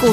股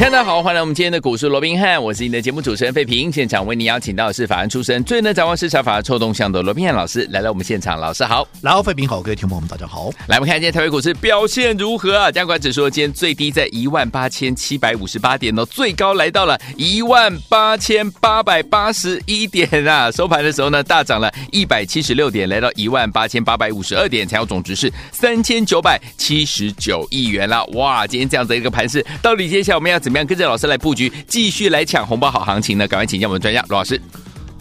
大家好，欢迎来我们今天的股市罗宾汉，我是你的节目主持人费平。现场为您邀请到的是法案出身、最能掌握市场法案臭动向的罗宾汉老师来到我们现场，老师好。然后，费平好，各位听众朋友们，大家好。来，我们看今天台北股市表现如何啊？加管指数今天最低在一万八千七百五十八点哦，最高来到了一万八千八百八十一点啊。收盘的时候呢，大涨了一百七十六点，来到一万八千八百五十二点，成交总值是三千九百七十九亿元啦。哇，今天这样子一个盘势，到底接下来我们要怎么样跟着老师来布局，继续来抢红包好行情呢？赶快请教我们专家罗老师。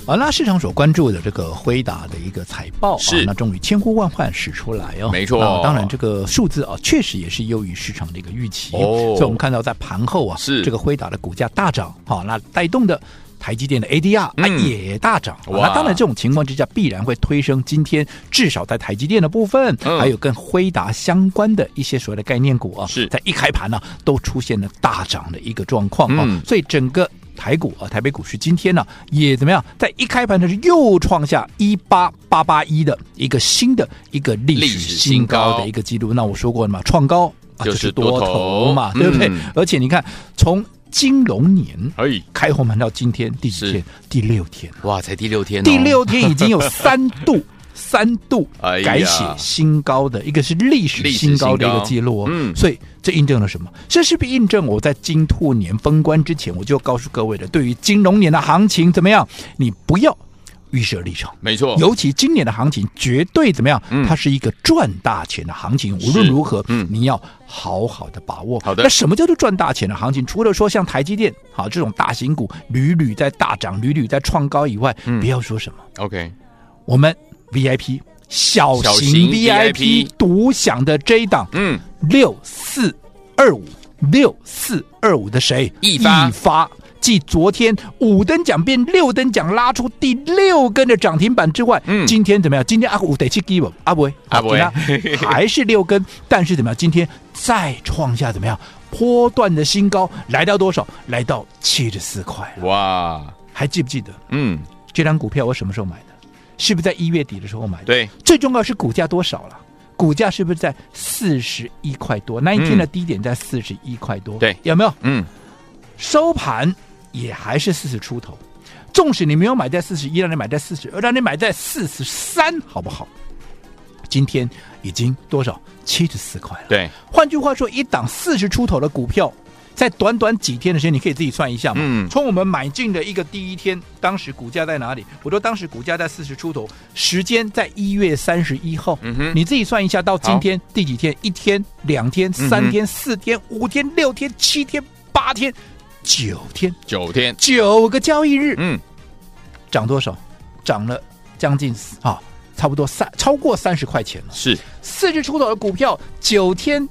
好那市场所关注的这个辉达的一个财报、啊，是那终于千呼万唤始出来哦，没错啊当然这个数字啊，确实也是优于市场的一个预期，哦所以我们看到在盘后啊，是这个辉达的股价大涨，好、那带动的。台积电的 ADR、啊嗯也大涨，好哇那当然这种情况之下必然会推升今天至少在台积电的部分，嗯还有跟辉达相关的一些所谓的概念股啊，是在一开盘呢、都出现了大涨的一个状况啊，嗯所以整个。台股啊，台北股市今天呢、也怎么样？在一开盘的时候又创下一八八八一的一个新的一个历历史史新新高高的一个记录。那我说过了嘛，创高、啊、就是多头嘛，嗯对不对？而且你看，从金融年哎，开红盘到今天第几天？第六天，哇，才第六天、哦，第，六天已经有三 度。三度哎呀改写新高的、一个是历史新高的一个记录、哦，历史新高嗯所以这印证了什么？这是不是印证我在金兔年封关之前我就告诉各位的，对于金融年的行情怎么样，你不要预设立场。没错，尤其今年的行情绝对怎么样？哦嗯它是一个赚大钱的行情。是无论如何，嗯你要好好的把握。好的那什么叫做赚大钱的行情？除了说像台积电好这种大型股屡屡在大涨、屡屡在创高以外，嗯不要说什么， OK，我们 VIP 小小型型 VIP 独享的这一档嗯，六四二五六四二五的谁？一发继昨天五等奖变六等奖，拉出第六根的涨停板之外，嗯今天怎么样？今天阿五得去 give 阿伯啊不会 还是六根，但是怎么样？今天再创下怎么样波段的新高，来到多少？来到七十四块了。哇，还记不记得嗯，这张股票我什么时候买的？是不是在一月底的时候买的？对，最重要是股价多少了？股价是不是在四十一块多？那一天的低点在四十一块多，对有没有？嗯，收盘也还是四十出头。纵使你没有买在四十一，让你买在四十二，让你买在四十三，好不好？今天已经多少？七十四块了。对，换句话说，一档四十出头的股票，在短短几天的时间，你可以自己算一下嘛。嗯从我们买进的一个第一天，当时股价在哪里？我说当时股价在四十出头，时间在一月三十一号。嗯哼你自己算一下，到今天第几天？一天、两天、三天、四天、五天、六天、七天、八天、九天，九天，九个交易日，嗯，涨多少？涨了将近啊，差不多三超过三十块钱了。是四十出头的股票，九天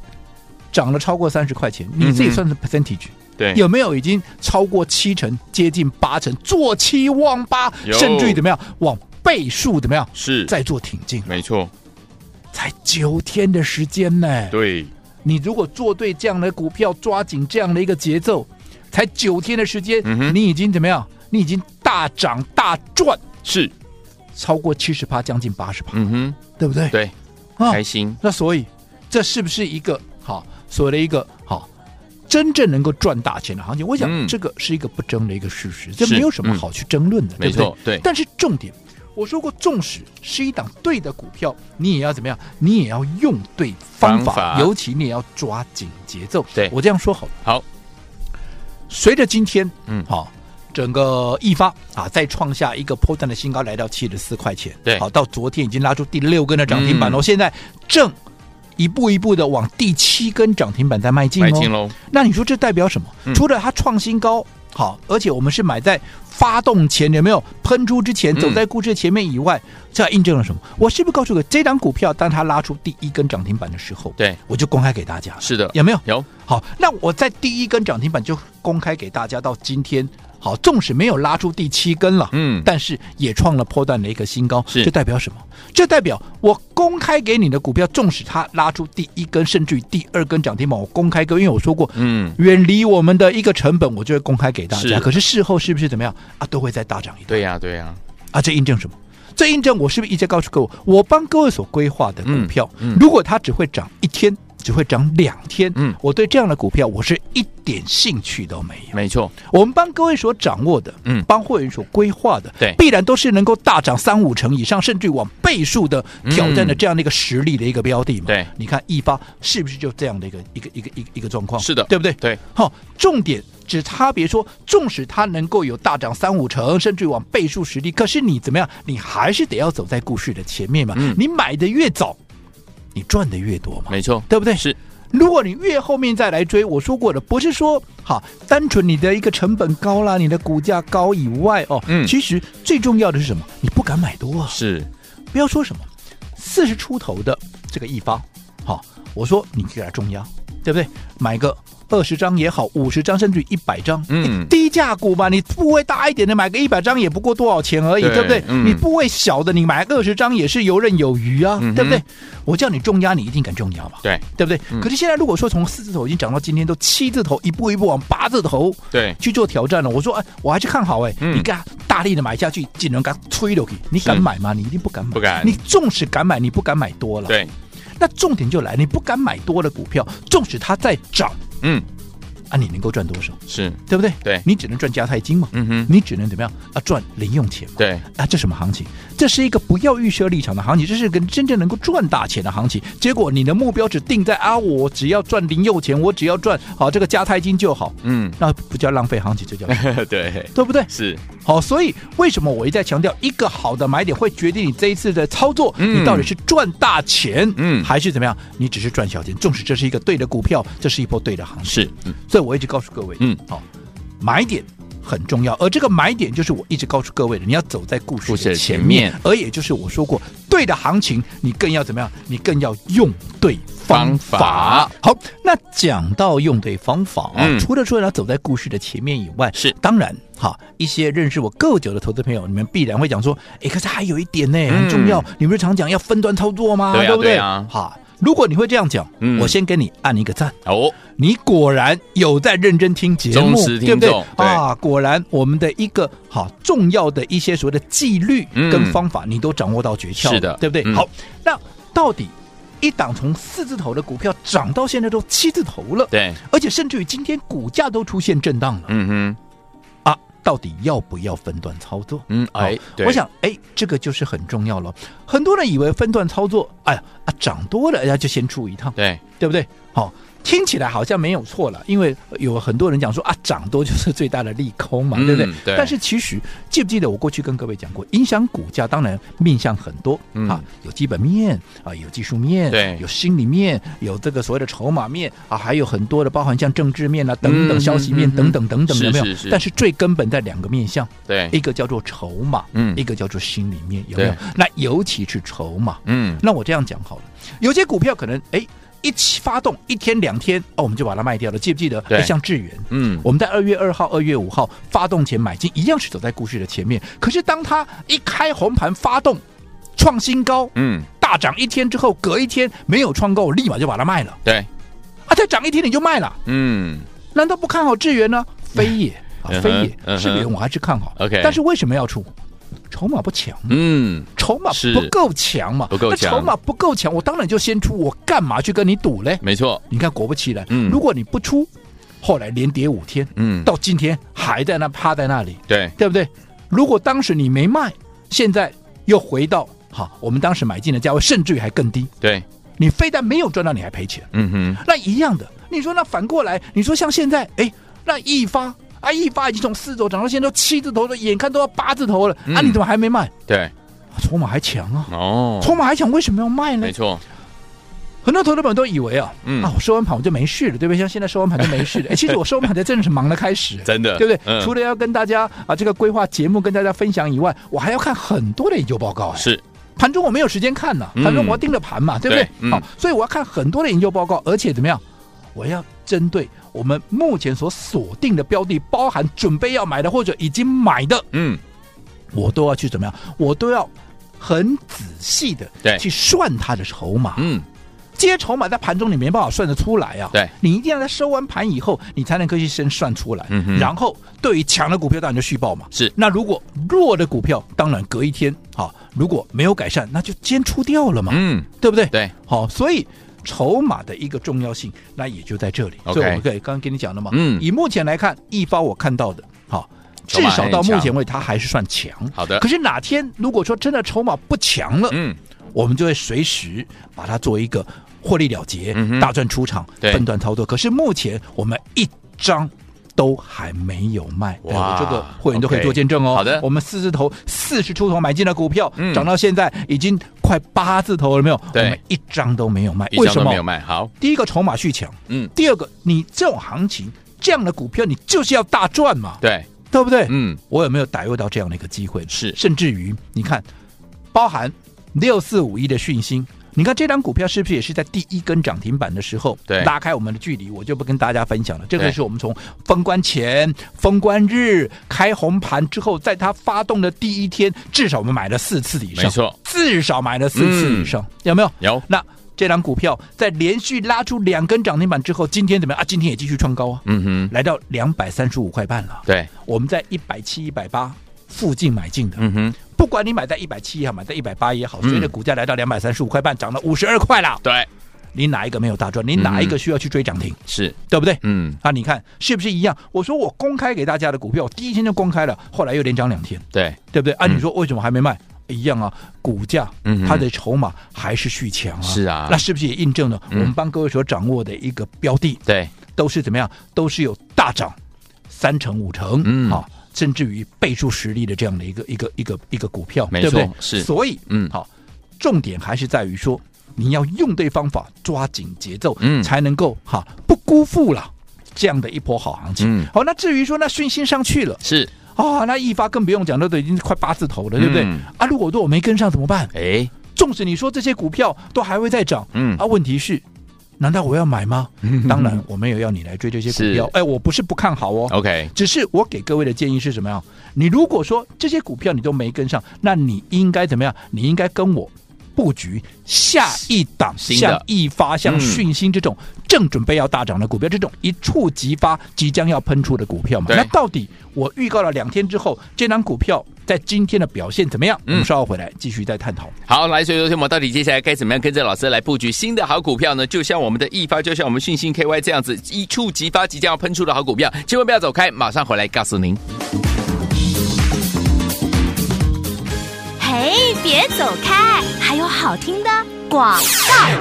涨了超过三十块钱，你自己嗯算算 percentage、对，有没有已经超过七成，接近八成，做七望八，有甚至于怎么样往倍数怎么样是，再做挺进？没错，才九天的时间呢，对，你如果做对这样的股票，抓紧这样的一个节奏，才九天的时间，嗯哼你已经怎么样？你已经大涨大赚，是，超过七十趴，将近八十趴，嗯哼，对不对？对，啊开心，那所以，这是不是一个好所谓的一个好真正能够赚大钱的行情？我想、嗯这个是一个不争的一个事实，这是嗯没有什么好去争论的，对没不对错对但是重点，我说过，纵使是一档对的股票，你也要怎么样？你也要用对方方法，法尤其你也要抓紧节奏。对我这样说好了。好，随着今天，嗯好、整个易发啊，再创下一个波段的新高，来到七十四块钱。对好，到昨天已经拉出第六根的涨停板哦，嗯现在正一步一步的往第七根涨停板在迈进哦。买进喽，那你说这代表什么？嗯除了它创新高，好，而且我们是买在发动前有没有喷出之前，嗯走在故事前面以外，这印证了什么？我是不是告诉你，这档股票当它拉出第一根涨停板的时候，对，我就公开给大家了，是的，有没有？有，好，那我在第一根涨停板就公开给大家，到今天好，纵使没有拉出第七根了，嗯但是也创了波段的一个新高，是这代表什么？这代表我公开给你的股票，纵使它拉出第一根，甚至于第二根涨停板，我公开给，因为我说过，嗯，远离我们的一个成本，我就会公开给大是家。可是事后是不是怎么样啊？都会再大涨一段。对呀、对呀、啊，这印证什么？这印证我是不是一直告诉各位，我帮各位所规划的股票，嗯嗯如果它只会涨一天，只会涨两天，嗯我对这样的股票我是一点兴趣都没有。没错，我们帮各位所掌握的，嗯帮会员所规划的，对必然都是能够大涨三五成以上，甚至于往倍数的挑战的这样的一个实力的一个标的嗯嘛。对你看易发是不是就这样的一个一个一个一个一个状况？是的对不对？对，好、重点只差别说，纵使它能够有大涨三五成，甚至于往倍数实力，可是你怎么样，你还是得要走在故事的前面嘛。嗯你买的越早，你赚的越多嘛。没错，对不对？是。如果你越后面再来追，我说过的，不是说好单纯你的一个成本高啦，你的股价高以外哦，嗯其实最重要的是什么？你不敢买多啊！是，不要说什么四十出头的这个一方，好、我说你给他重压，对不对？买个二十张也好，五十张甚至一百张，哎嗯低价股嘛，你部位大一点的买个一百张也不过多少钱而已，对对不对？嗯你部位小的，你买二十张也是游刃有余啊，嗯哼对不对？我叫你重压，你一定敢重压嘛？对对不对？嗯可是现在如果说从四字头已经涨到今天都七字头，一步一步往八字头对，去做挑战了，我说哎，我还是看好哎，嗯你给它大力的买下去，只能给它吹落去，你敢是买吗？你一定不敢买，不敢你纵使敢买，你不敢买多了。，对，那重点就来，你不敢买多的股票，纵使它在涨嗯，啊，你能够赚多少？是，对不对？对你只能赚加泰金嘛，嗯哼，你只能怎么样啊？赚零用钱嘛。对，啊，这什么行情？这是一个不要预设立场的行情，这是跟真正能够赚大钱的行情。结果你的目标只定在啊，我只要赚零用钱，我只要赚好这个加泰金就好，嗯， 那不叫浪费行情，这叫什么对，对不对？是，好，所以为什么我一再强调，一个好的买点会决定你这一次的操作，嗯你到底是赚大钱，嗯还是怎么样？你只是赚小钱。纵使这是一个对的股票，这是一波对的行情，是，嗯，所以我一直告诉各位，嗯，好、买点。很重要，而这个买点就是我一直告诉各位的，你要走在故事故事的的前前面面，而也就是我说过，对的行情，你更要怎么样？你更要用对方方法。法好，那讲到用对方法啊，嗯除了说要走在故事的前面以外，是当然哈，一些认识我够久的投资朋友，你们必然会讲说，哎，可是还有一点呢，很重要，你们常讲要分段操作吗？嗯对啊不对？对啊哈，如果你会这样讲，嗯我先给你按一个赞。哦，你果然有在认真听节目，忠实听对不对众对啊？果然我们的一个好重要的一些所谓的纪律嗯跟方法，你都掌握到诀窍了，是的对不对？嗯好，那到底一档从四字头的股票涨到现在都七字头了，对，而且甚至于今天股价都出现震荡了、嗯哼，啊，到底要不要分段操作？嗯，好哎，对，我想，哎，这个就是很重要了。很多人以为分段操作，哎呀啊，涨多了，哎呀就先出一趟。对，对不对？好、听起来好像没有错了，因为有很多人讲说啊，涨多就是最大的利空嘛，嗯对不对？对但是其实记不记得我过去跟各位讲过，影响股价当然面向很多、嗯啊，有基本面啊，有技术面，对有心理面，有这个所谓的筹码面啊，还有很多的包含像政治面啊等嗯等消息面、嗯嗯等等等等，是有没有？是是但是最根本在两个面向，一对，个叫做筹码，嗯一个叫做心里面，有没有对？那尤其是筹码，嗯，那我这样讲好了，有些股票可能哎一起发动一天两天哦，我们就把它卖掉了，记不记得？对哎像智源。嗯，我们在二月二号、二月五号发动前买进，一样是走在故事的前面。可是当它一开红盘发动，创新高，嗯，大涨一天之后，隔一天没有创高，我立马就把它卖了。对，啊，再涨一天你就卖了，嗯难道不看好智 源呢？非也，啊嗯哼非嗯也，哼智源我还是看好。 OK 但是为什么要出？筹码不强。嗯，筹码是不够强嘛，不够那强筹码不够强，我当然就先出，我干嘛去跟你赌嘞？没错，你看，果不其然，嗯如果你不出，后来连跌五天，嗯，到今天还在那趴在那里，对，对不对？如果当时你没卖，现在又回到好，我们当时买进的价位，甚至于还更低，对，你非但没有赚到，你还赔钱。嗯哼，那一样的，你说那反过来，你说像现在，哎，那一发啊，一发已经从四字头涨到现在都七字头了，眼看都要八字头了，啊，嗯你怎么还没卖？对，筹码还强啊！哦，筹码还想为什么要卖呢没？错，很多投资者都以为啊，嗯啊，我收完盘我就没事了，对不对？像现在收完盘就 没事了。哎，其实我收完盘才真的是忙的开始，真的，对不对？嗯除了要跟大家啊这个规划节目跟大家分享以外，我还要看很多的研究报告。哎，是，盘中我没有时间看呐、嗯盘中我要盯着盘嘛，对不对对？嗯好，所以我要看很多的研究报告，而且怎么样？我要针对我们目前所锁定的标的，包含准备要买的或者已经买的，嗯，我都要去怎么样？我都要很仔细对的去算它的筹码。嗯，这些筹码在盘中你没办法算得出来啊。对你一定要在收完盘以后，你才能够去先算出来。嗯哼然后对于强的股票，当然就续报嘛。是那如果弱的股票，当然隔一天啊，如果没有改善，那就先出掉了嘛，嗯，对不对？。对，好，所以筹码的一个重要性，那也就在这里。 OK 所以我们可以刚刚跟你讲了嘛，嗯以目前来看，一发我看到的，好。筹至码少到很强目前为止，它还是算强。好的可是哪天如果说真的筹码不强了，嗯，我们就会随时把它做一个获利了结，嗯哼大赚出场，对分段操作。可是目前我们一张。都还没有卖，哎哇我这个会员都可以 OK 做见证哦。好的我们四字头四十出头买进的股票，嗯涨到现在已经快八字头了，没有？对我们一张都没有卖，一为张什都么没有？卖，好，第一个筹码续强，嗯，第二个你这种行情这样的股票，你就是要大赚嘛，对，对不对？嗯，我有没有打入到这样的一个机会？是甚至于你看，包含六四五一的讯星，你看这张股票是不是也是在第一根涨停板的时候，对拉开我们的距离，我就不跟大家分享了。这个对是我们从封关前、封关日、开红盘之后，在它发动的第一天，至少我们买了四次以上，没错，嗯至少买了四次以上，有没有？有，那这张股票在连续拉出两根涨停板之后，今天怎么样啊？今天也继续创高啊，嗯哼，来到两百三十五块半了。对，我们在一百七、一百八附近买进的。嗯哼，不管你买在一百七也好，买在一百八也好，嗯随着股价来到两百三十五块半，涨了五十二块了。对，你哪一个没有大赚？你哪一个需要去追涨停？是，对不对？嗯，啊，你看是不是一样？我说我公开给大家的股票，我第一天就公开了，后来又连涨两天，对，对不对？啊，嗯你说为什么还没卖？一样啊，股价嗯哼它的筹码还是续强啊。是啊那是不是也印证了我嗯们帮各位所掌握的一个标的？对，都是怎么样？都是有大涨三成五成，嗯好、甚至于倍数实力的这样的一个一个一个一个股票，没对不对错是所以，嗯好、重点还是在于说，你要用对方法，抓紧节奏，嗯才能够哈、不辜负了这样的一波好行情。嗯好，那至于说那讯息上去了。是，啊、那一发更不用讲，那都已经快八字头了，对不对？嗯啊，如果说我没跟上怎么办？哎，纵使你说这些股票都还会再涨，嗯啊，问题是，难道我要买吗？当然，我没有要你来追这些股票是，哎，我不是不看好哦。 ，OK，只是我给各位的建议是什么样？你如果说这些股票你都没跟上，那你应该怎么样？你应该跟我布局下一档、新的像一发、像讯星这种正准备要大涨的股票，这种一触即发、即将要喷出的股票嘛。对那到底我预告了两天之后，这档股票在今天的表现怎么样？我嗯们稍后回来继续再探讨。好，来，所以说，我们到底接下来该怎么样跟着老师来布局新的好股票呢？就像我们的易发，就像我们讯星 KY 这样子，一触即发，即将要喷出的好股票，千万不要走开，马上回来告诉您。嘿，别走开，还有好听的广告。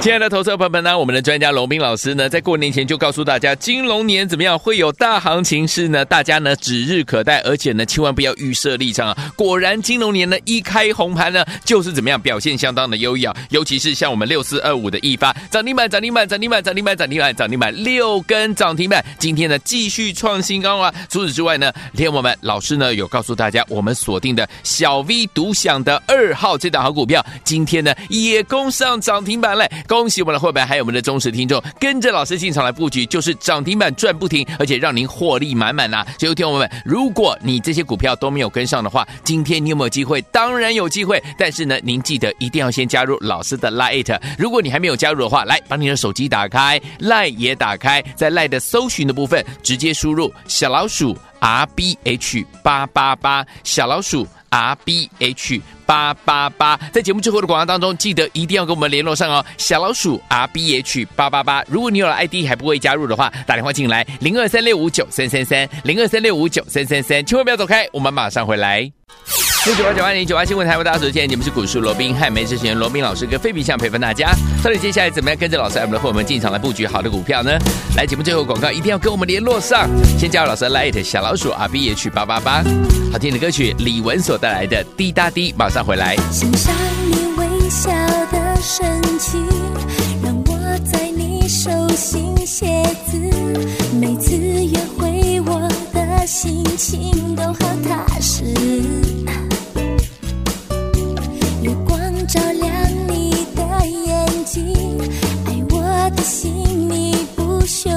亲爱的投资者朋友们呢，我们的专家龙斌老师呢，在过年前就告诉大家，金龙年怎么样会有大行情是呢？大家呢指日可待，而且呢，千万不要预设立场啊！果然，金龙年呢一开红盘呢，就是怎么样表现相当的优异啊！尤其是像我们六四二五的易发涨停板、涨停板、涨停板、涨停板、涨停板、涨停板六根涨停板，今天呢继续创新高啊！除此之外呢，天我们老师呢有告诉大家，我们锁定的小 V 独享的二号这档好股票，今天呢也攻上涨停板了，啊恭喜我们的会员还有我们的忠实听众，跟着老师进场来布局，就是涨停板赚不停，而且让您获利满满呐、啊所以，听我们，如果你这些股票都没有跟上的话，今天你有没有机会？当然有机会，但是呢，您记得一定要先加入老师的 Lite。如果你还没有加入的话，来把你的手机打开，Lite 也打开，在 Lite 的搜寻的部分直接输入小老鼠 R B H 八八八，小老鼠 R B H 八八八。在节目最后的广告当中，记得一定要跟我们联络上哦，小老鼠 R B H 八八八。如果你有了 ID 还不会加入的话，打电话进来零二三六五九三三三零二三六五九三三三，千万不要走开，我们马上回来。六九八九八零九八新闻台为大家所见，你们是股市罗宾汉梅之前罗宾老师跟费比相陪伴大家。到底接下来怎么样跟着老师我们的伙伴们进场来布局好的股票呢？来节目最后广告一定要跟我们联络上，先加入老师的 light 小老鼠 R B H 八八八，好听的歌曲李玟所带来的滴答滴，马上回来。欣赏你微笑的神情，让我在你手心写字。每次约会，我的心情都好踏实。月光照亮你的眼睛，爱我的心你不休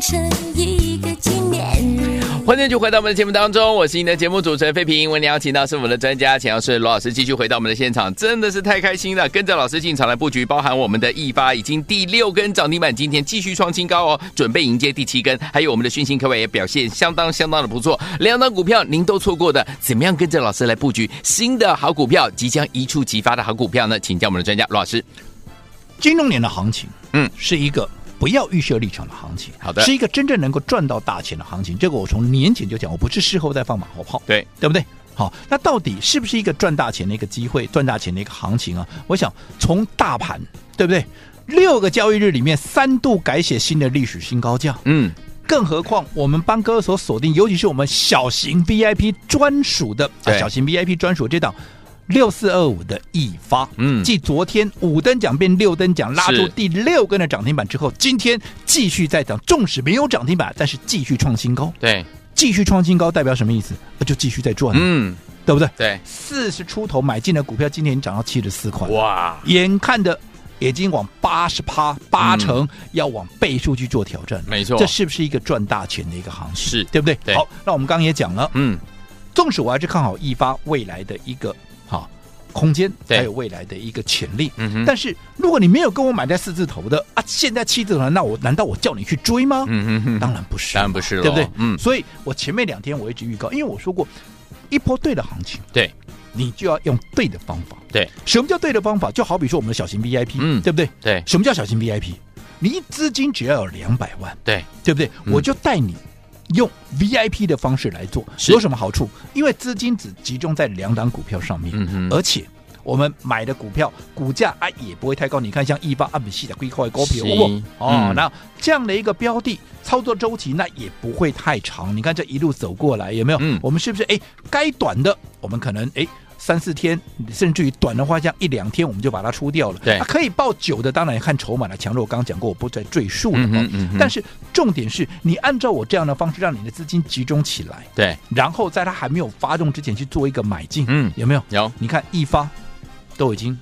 成一个经典人。欢迎就回到我们的节目当中，我是您的节目主持人费平。为您邀请到是我们的专家钱老师罗老师，继续回到我们的现场，真的是太开心了。跟着老师进场来布局，包含我们的易发已经第六根涨停板，今天继续创新高哦，准备迎接第七根。还有我们的讯星科伟也表现相当相当的不错，两档股票您都错过的，怎么样跟着老师来布局新的好股票，即将一触即发的好股票呢？请教我们的专家罗老师。金融年的行情，嗯是一个不要预设立场的行情，好的是一个真正能够赚到大钱的行情。这个我从年前就讲，我不是事后再放马后炮，对对不对？好，那到底是不是一个赚大钱的一个机会，赚大钱的一个行情啊？我想从大盘，对不对？六个交易日里面三度改写新的历史新高价，嗯，更何况我们帮歌手锁定，尤其是我们小型 VIP 专属的、啊对小型 VIP 专属这档。六四二五的易发，嗯继昨天五等奖变六等奖，拉出是第六根的涨停板之后，今天继续再涨，纵使没有涨停板，但是继续创新高，对，继续创新高代表什么意思？那就继续在赚，啊嗯，对不对？对，四十出头买进的股票，今天已经涨到七十四块，哇，眼看的已经往八十趴八嗯成，要往倍数去做挑战了，没错这是不是一个赚大钱的一个行情？是对不对？对好，那我们刚刚也讲了，嗯，纵使我还是看好易发未来的一个哈空间，对还有未来的一个潜力。嗯哼但是如果你没有跟我买在四字头的啊，现在七字头的，那我难道我叫你去追吗？嗯哼当然不是当嘛，然不是咯对不对？嗯所以我前面两天我一直预告，因为我说过，一波对的行情，对，你就要用对的方法。对，什么叫对的方法？就好比说我们的小型 VIP，嗯对不对？对什么叫小型 VIP？你资金只要有两百万，对，对不对？嗯我就带你用 VIP 的方式来做，是有什么好处？因为资金只集中在两档股票上面，嗯哼而且。我们买的股票股价啊也不会太高，你看像易发、阿米西的龟块高票是哦哦，嗯那这样的一个标的操作周期那也不会太长。你看这一路走过来有没有？嗯我们是不是哎该短的我们可能哎三四天，甚至于短的话像一两天我们就把它出掉了。对啊可以报久的，当然看筹码的强弱。我刚刚讲过，我不再赘述了、嗯哼哦嗯哼但是重点是你按照我这样的方式，让你的资金集中起来，对，然后在它还没有发动之前去做一个买进，嗯有没有？有，你看一发都已经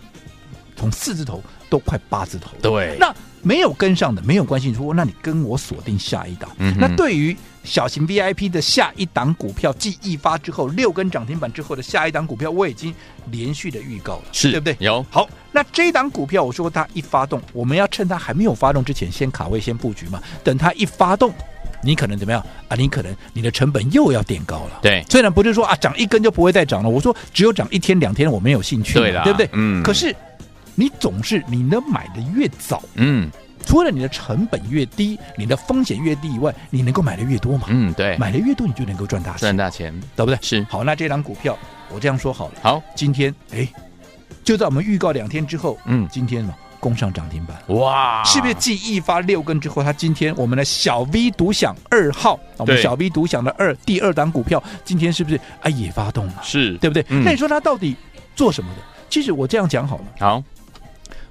从四字头都快八字头了，对那没有跟上的没有关系，你说哦那你跟我锁定下一档。嗯哼那对于小型 VIP 的下一档股票，继一发之后六根涨停板之后的下一档股票，我已经连续的预告了，是对不对？有好，那这一档股票，我说它一发动，我们要趁它还没有发动之前，先卡位，先布局嘛。等它一发动，你可能怎么样啊？你可能你的成本又要垫高了。对虽然不是说啊涨一根就不会再涨了，我说只有涨一天两天我没有兴趣嘛，对啦对不对？嗯可是你总是你能买的越早，嗯除了你的成本越低，你的风险越低以外，你能够买的越多嘛？嗯，对，买的越多，你就能够赚大赚钱，大钱，对不对？是好，那这档股票我这样说好了，好，今天哎，就在我们预告两天之后，嗯今天嘛攻上涨停板。哇是不是继一发六根之后，它今天我们的小 V 独享二号，啊我们对小 V 独享的二第二档股票，今天是不是啊也发动了？是对不对？嗯那你说它到底做什么的？其实我这样讲好了，好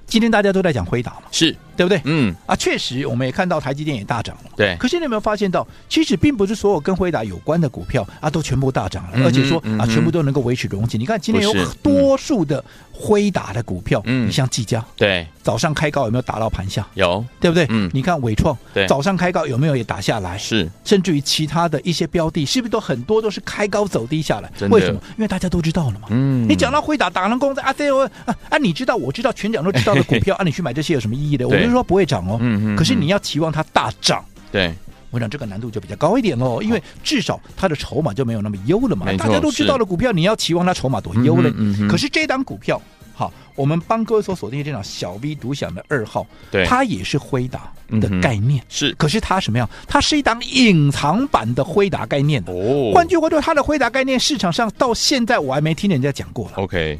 今天大家都在讲辉达嘛，是对不对？嗯啊，确实我们也看到台积电也大涨了。对可是你有没有发现到，其实并不是所有跟辉达有关的股票啊都全部大涨了，嗯哼而且说嗯啊哼全部都能够维持容积。你看今天有不是嗯多数的辉达的股票，嗯你像技嘉对早上开高有没有打到盘下？有对不对？嗯你看伟创，对早上开高有没有也打下来？是甚至于其他的一些标的，是不是都很多都是开高走低下来？真的为什么？因为大家都知道了嘛。嗯你讲到辉达、打人工在啊，这我啊啊，你知道我知道全讲都知道的 股票啊，你去买这些有什么意义的？我对不是说不会涨哦，嗯嗯嗯可是你要期望它大涨。对我想这个难度就比较高一点喽，因为至少它的筹码就没有那么优了嘛没。错大家都知道的股票，你要期望它筹码多优嘞。嗯哼嗯哼可是这档股票，好，我们帮各位所锁定的这档小 V 独享的二号，对它也是辉达的嗯哼概念。是可是它什么样？它是一档隐藏版的辉达概念的。哦换句话说，它的辉达概念市场上到现在我还没听人家讲过了， OK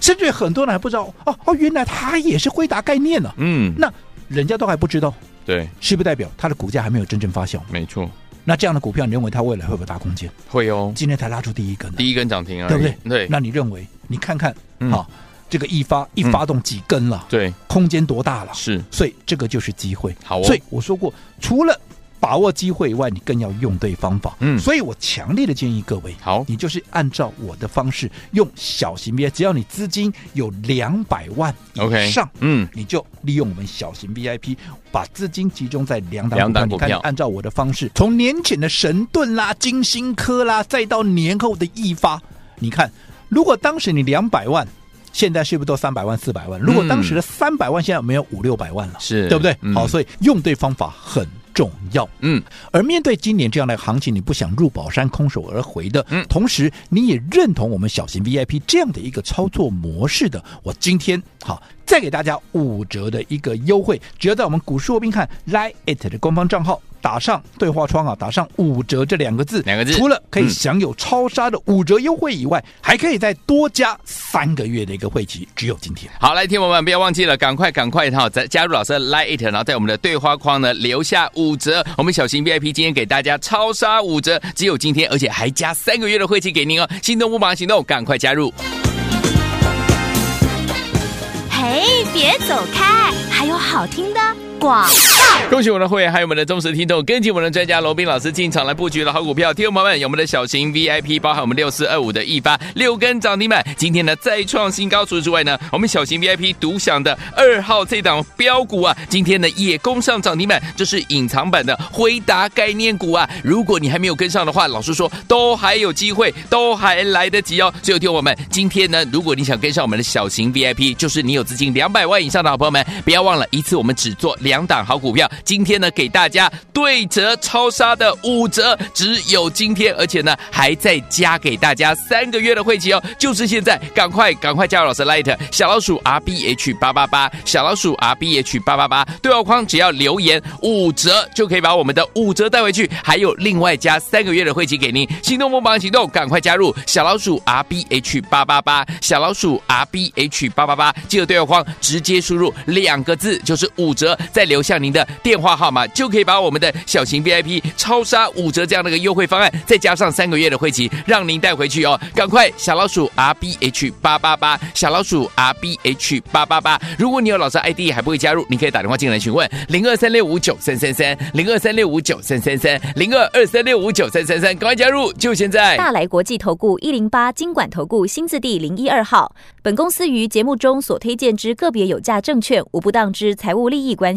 甚至很多人还不知道哦哦，原来它也是辉达概念呢、嗯那人家都还不知道，对是不是代表它的股价还没有真正发酵？没错那这样的股票，你认为它未来会不会大空间？会哦，今天才拉出第一根呢，第一根涨停啊，对不对？对那你认为？你看看，好、嗯这个一发一发动几根了，对空间多大了？是所以这个就是机会。好哦所以我说过，除了把握机会以外，你更要用对方法。嗯所以我强烈的建议各位，好你就是按照我的方式，用小型 VIP，只要你资金有两百万以 OK，上，嗯，你就利用我们小型 VIP，把资金集中在两档两档股股票票。你看，按照我的方式，从年前的神盾啦、金星科啦，再到年后的易发，你看，如果当时你两百万。现在是不是都三百万、四百万？如果当时的三百万，现在有没有五六百万了，嗯是对不对？嗯好，所以用对方法很重要。嗯，而面对今年这样的行情，你不想入宝山空手而回的，嗯同时你也认同我们小型 VIP 这样的一个操作模式的，我今天好再给大家五折的一个优惠，只要在我们股市罗宾看 Line it 的官方账号。打上对话窗啊，打上五折这两个字，两个字除了可以嗯享有超杀的五折优惠以外，还可以再多加三个月的一个会期，只有今天。好，来，听友们不要忘记了，赶快赶快哈，再加入老师的 Like It，然后在我们的对话框呢留下五折。我们小型 VIP 今天给大家超杀五折，只有今天，而且还加三个月的会期给您哦。心动不忙行动，赶快加入。嘿，别走开，还有好听的广。恭喜我们的会员，还有我们的忠实听众，跟紧我们的专家罗斌老师进场来布局了好股票。听众朋友们，有我们的小型 VIP，包含我们六四二五的一发六根涨停板，今天呢再创新高。除此之外呢，我们小型 VIP 独享的二号这档标股啊，今天呢也攻上涨停板，这是隐藏版的辉达概念股啊。如果你还没有跟上的话，老实说都还有机会，都还来得及哦。所以，听我们今天呢，如果你想跟上我们的小型 VIP，就是你有资金两百万以上的好朋友们，不要忘了一次我们只做两档好股票。今天呢，给大家对折超杀的五折，只有今天，而且呢还再加给大家三个月的会期哦，就是现在，赶快赶快加入老师 Light 小老鼠 R B H 八八八，小老鼠 R B H 八八八，对话框只要留言五折就可以把我们的五折带回去，还有另外加三个月的会期给您。心动不忙行动，赶快加入小老鼠 R B H 八八八，小老鼠 R B H 八八八，记得对话框直接输入两个字就是五折，再留下您的电话号码，就可以把我们的小型 VIP 超杀五折这样的一个优惠方案，再加上三个月的会期，让您带回去哦。赶快小老鼠 R B H 八八八，小老鼠 R B H 八八八。如果你有老师 ID 还不会加入，你可以打电话进来询问零二三六五九三三三零二三六五九三三三零二二三六五九三三三，赶快加入，就现在。大来国际投顾一零八金管投顾新字第零一二号。本公司于节目中所推荐之个别有价证券，无不当之财务利益关